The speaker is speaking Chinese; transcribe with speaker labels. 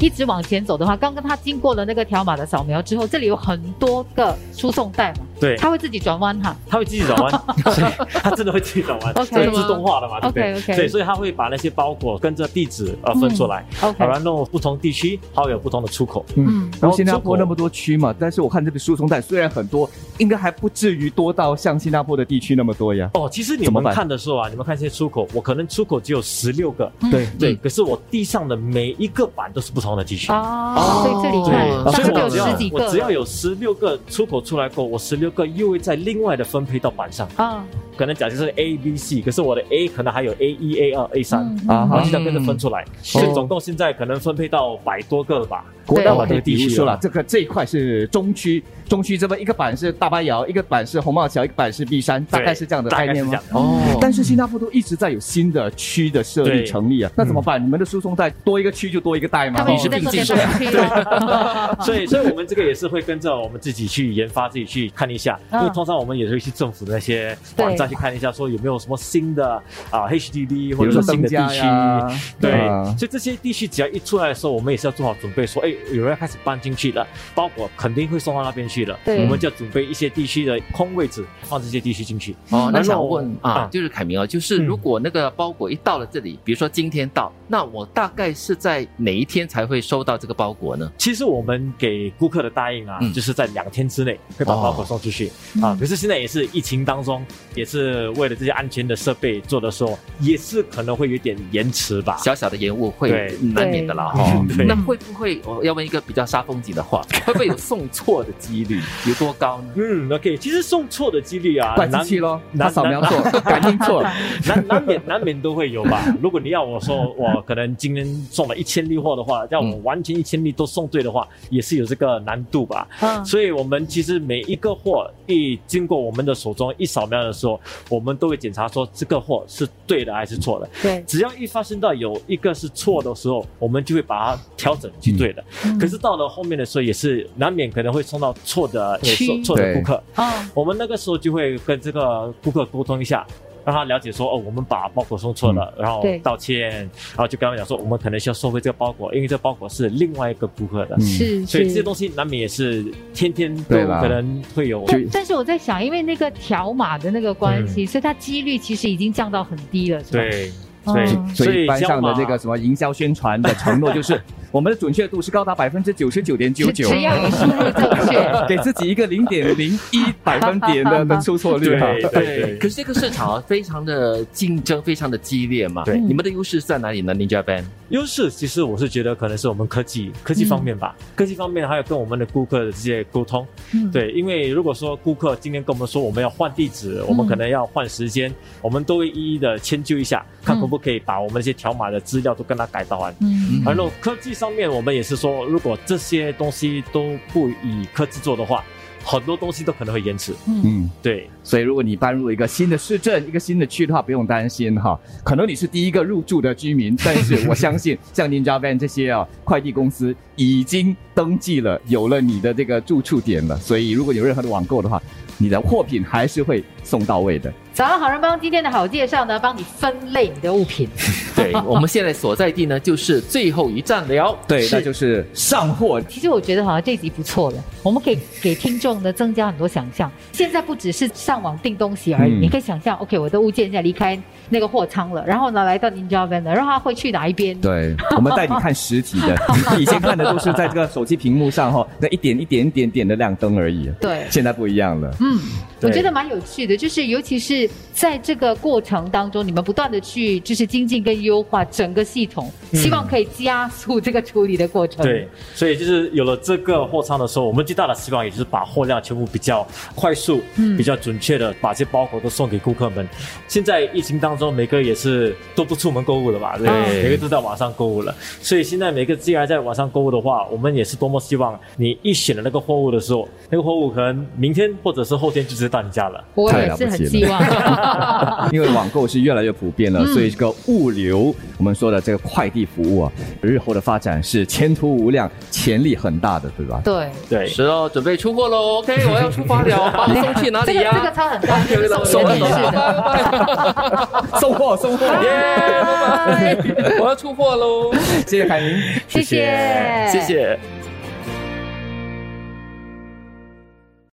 Speaker 1: 一直往前走的话，刚刚它经过了那个条码的扫描之后，这里有很多个输送带嘛，
Speaker 2: 对，
Speaker 1: 它会自己转弯哈。
Speaker 2: 它会自己转 弯，所以它真的会自己转弯，
Speaker 1: OK
Speaker 2: 这是自动化的嘛，对不对
Speaker 1: OK，OK
Speaker 2: 对，所以它会把那些包裹跟着地址呃分出来，
Speaker 1: 嗯 OK，
Speaker 2: 然后不同地区它会有不同的出口。
Speaker 1: 嗯
Speaker 3: 嗯，然后新加
Speaker 2: 出口
Speaker 3: 坡那么多区嘛，但是我看这个输送带虽然很多，应该还不至于多到像新加坡的地区那么多呀。
Speaker 2: 哦，其实你
Speaker 3: 怎么
Speaker 2: 们
Speaker 3: 办
Speaker 2: 看的时候啊，你们看这些出口，我可能出口只有十六个，
Speaker 1: 嗯
Speaker 3: 对
Speaker 2: 对，
Speaker 1: 嗯
Speaker 2: 可是我地上的每一个板都是不同的地区。
Speaker 1: 哦，所以这里看，
Speaker 2: 所
Speaker 3: 哦
Speaker 1: 大
Speaker 2: 以
Speaker 1: 概
Speaker 2: 我
Speaker 1: 有
Speaker 2: 只要
Speaker 1: 十几个
Speaker 2: 我
Speaker 1: 了，
Speaker 2: 只要有十六个出口出来过，我十六个又会在另外的分配到板上。
Speaker 1: 啊，
Speaker 2: 可能假设是 A、B、C，可是我的 A 可能还有 A 一、A 二、A 三
Speaker 1: 嗯，哦
Speaker 3: 啊
Speaker 2: 我
Speaker 3: 哈
Speaker 2: 就这样跟着分出来。
Speaker 1: 是
Speaker 2: 所以总共现在可能分配到百多个吧。
Speaker 3: 国
Speaker 1: 对
Speaker 3: 道把这个
Speaker 2: 地区
Speaker 3: 地
Speaker 2: 啊
Speaker 3: 区说了，这个这一块是中区，中区这边一个板是大巴窑，一个板是红帽桥，一个板是碧山，大概是这样的
Speaker 2: 大
Speaker 3: 概
Speaker 2: 概是这
Speaker 3: 念吗
Speaker 2: 样？的。
Speaker 3: 哦，但是新加坡都一直在有新的区的设
Speaker 2: 对
Speaker 3: 立成立啊，那怎么办？你们的输送带多一个区就多一个带吗？
Speaker 1: 他们一直
Speaker 2: 是
Speaker 1: 在做
Speaker 2: 必
Speaker 1: 电
Speaker 2: 须
Speaker 1: 动区 了，
Speaker 2: 所以，所以我们这个也是会跟着我们自己去研发，自己去看一下。因
Speaker 1: 嗯
Speaker 2: 为通常我们也是会去政府的那些
Speaker 1: 对
Speaker 2: 网站去看一下，说有没有什么新的啊 HDD
Speaker 3: 比
Speaker 2: 或
Speaker 3: 如
Speaker 2: 者
Speaker 3: 说
Speaker 2: 说新
Speaker 3: 增
Speaker 2: 的地
Speaker 3: 加
Speaker 2: 区。
Speaker 3: 呀，
Speaker 2: 对，
Speaker 3: 啊
Speaker 2: 所以这些地区只要一出来的时候，我们也是要做好准备，说，哎，有人要开始搬进去了，包裹肯定会送到那边去了，
Speaker 1: 对
Speaker 2: 我们就要准备一些地区的空位置，放这些地区进去。
Speaker 4: 哦，那
Speaker 2: 然后
Speaker 4: 想问啊
Speaker 2: 啊，
Speaker 4: 就是凯明啊，就是
Speaker 2: 嗯
Speaker 4: 如果那个包裹一到了这里，比如说今天到，那我大概是在哪一天才会收到这个包裹呢？
Speaker 2: 其实我们给顾客的答应啊，
Speaker 4: 嗯
Speaker 2: 就是在两天之内会把包裹送出去、啊
Speaker 1: 嗯。
Speaker 2: 可是现在也是疫情当中，也是为了这些安全的设备做的时候，也是可能会有点延迟吧。
Speaker 4: 小小的延误会
Speaker 2: 对
Speaker 4: 难免的啦
Speaker 3: 对
Speaker 4: 哈。
Speaker 2: 对
Speaker 4: 那会不会我要问一个比较煞风景的话，会不会有送错的几率有多高呢？
Speaker 2: 嗯，OK，其实送错的几率啊，
Speaker 3: 管制
Speaker 2: 难
Speaker 3: 器咯，
Speaker 2: 难
Speaker 3: 他扫描错， 感应错了，
Speaker 2: 难难免难免都会有吧。如果你要我说，我可能今天送了一千粒货的话，要我完全一千粒都送对的话，也是有这个难度吧。
Speaker 1: 嗯
Speaker 2: 所以我们其实每一个货一经过我们的手中一扫描的时候，我们都会检查说这个货是对的还是错的。
Speaker 1: 对，
Speaker 2: 只要一发现到有一个是错的时候，我们就会把它调整去对的。
Speaker 1: 嗯
Speaker 2: 可是到了后面的时候，也是难免可能会送到错的
Speaker 1: 区
Speaker 2: 错的顾客。
Speaker 1: 嗯
Speaker 2: 我们那个时候就会跟这个顾客沟通一下。让他了解说哦，我们把包裹送错了，然后
Speaker 1: 对
Speaker 2: 道歉，然后就跟他们讲说，我们可能需要收回这个包裹，因为这个包裹是另外一个顾客的，
Speaker 3: 嗯
Speaker 1: 是，
Speaker 2: 所以这些
Speaker 1: 是
Speaker 2: 东西难免也是天天都
Speaker 3: 对啦
Speaker 2: 可能会有。
Speaker 1: 但但是我在想，因为那个条码的那个关系，所以它几率其实已经降到很低了，是吧？
Speaker 2: 对
Speaker 1: 嗯
Speaker 2: 对，
Speaker 3: 所以班
Speaker 2: 这样
Speaker 3: 上的
Speaker 2: 嘛
Speaker 3: 那个什么营销宣传的承诺就是，我们的准确度是高达百分之九十九点九
Speaker 1: 只
Speaker 3: 九，
Speaker 1: 只要你输入正确，
Speaker 3: 给自己一个零点零一百分点的的出错率哈。
Speaker 2: 对对
Speaker 4: 可
Speaker 2: 对，
Speaker 4: 是这个市场啊，非常的竞争，非常的激烈嘛。
Speaker 2: 对
Speaker 4: 你们的优势在哪里呢？Ninja Van
Speaker 2: 优势其实我是觉得可能是我们科技科技方面吧，科技方面还有跟我们的顾客的这些沟通，
Speaker 1: 嗯，
Speaker 2: 对，因为如果说顾客今天跟我们说我们要换地址，我们可能要换时间，我们都会一一的迁就一下，看可不可以把我们那些条码的资料都跟他改到完。
Speaker 1: 嗯，
Speaker 2: 然后科技上面，我们也是说，如果这些东西都不以科技做的话，很多东西都可能会延迟。
Speaker 3: 嗯，
Speaker 2: 对，
Speaker 3: 所以如果你搬入一个新的市镇、一个新的区的话，不用担心哈。可能你是第一个入住的居民，但是我相信像 Ninja Van 这些啊快递公司已经登记了，有了你的这个住处点了。所以如果有任何的网购的话，你的货品还是会送到位的。
Speaker 1: 早上好人帮今天的好介绍呢，帮你分类你的物品。
Speaker 4: 对 我们现在所在地呢，就是最后一站了。
Speaker 3: 对，
Speaker 4: 是
Speaker 3: 那就是上货
Speaker 1: 其实我觉得好像这集不错了，我们可以给听众呢增加很多想象。现在不只是上网订东西而已，
Speaker 3: 嗯
Speaker 1: 你可以想象，OK，我的物件现在离开那个货仓了，然后呢来到 Ninja Van 了，然后它会去哪一边？
Speaker 3: 对，我们带你看实体 的，你以前看的都是在这个手机屏幕上哈，那一点一点一点点的亮灯而已。
Speaker 1: 对
Speaker 3: 现在不一样了。
Speaker 1: 嗯，我
Speaker 2: 对
Speaker 1: 觉得蛮有趣的，就是尤其是在这个过程当中，你们不断的去就是精进跟优化整个系统，
Speaker 2: 嗯
Speaker 1: 希望可以加速这个处理的过程。
Speaker 2: 对，，所以就是有了这个货仓的时候，我们最大的希望也就是把货量全部比较快速、
Speaker 1: 嗯
Speaker 2: 比较准确的把这些包裹都送给顾客们。现在疫情当中，每个也是都不出门购物了吧？对，
Speaker 1: 嗯
Speaker 2: 每个都在网上购物了。所以现在每个既然在网上购物的话，我们也是多么希望你一选了那个货物的时候，那个货物可能明天或者是是后天就直接到你家了。
Speaker 1: 我
Speaker 3: 太
Speaker 1: 也
Speaker 3: 了
Speaker 1: 是
Speaker 3: 不
Speaker 1: 很
Speaker 3: 起
Speaker 1: 希望。
Speaker 3: 因为网购是越来越普遍了，
Speaker 1: 嗯
Speaker 3: 所以这个物流，我们说的这个快递服务啊，日后的发展是前途无量，潜力很大的，对吧？
Speaker 1: 对，
Speaker 2: 对，
Speaker 4: 是哦，准备出货喽。OK，我要出 发了，把我送去哪
Speaker 1: 这
Speaker 4: 里
Speaker 1: 个
Speaker 4: 呀？
Speaker 1: 这个超很大，这个是我
Speaker 4: 送
Speaker 1: 觉
Speaker 4: 了
Speaker 1: 得
Speaker 4: 走
Speaker 1: 是
Speaker 4: 了，
Speaker 1: 的。
Speaker 4: 拜拜拜
Speaker 3: 送货，送货！
Speaker 4: 拜，耶，拜拜，我要出货喽，
Speaker 3: 谢谢凯明，
Speaker 1: 谢谢，
Speaker 4: 谢。谢。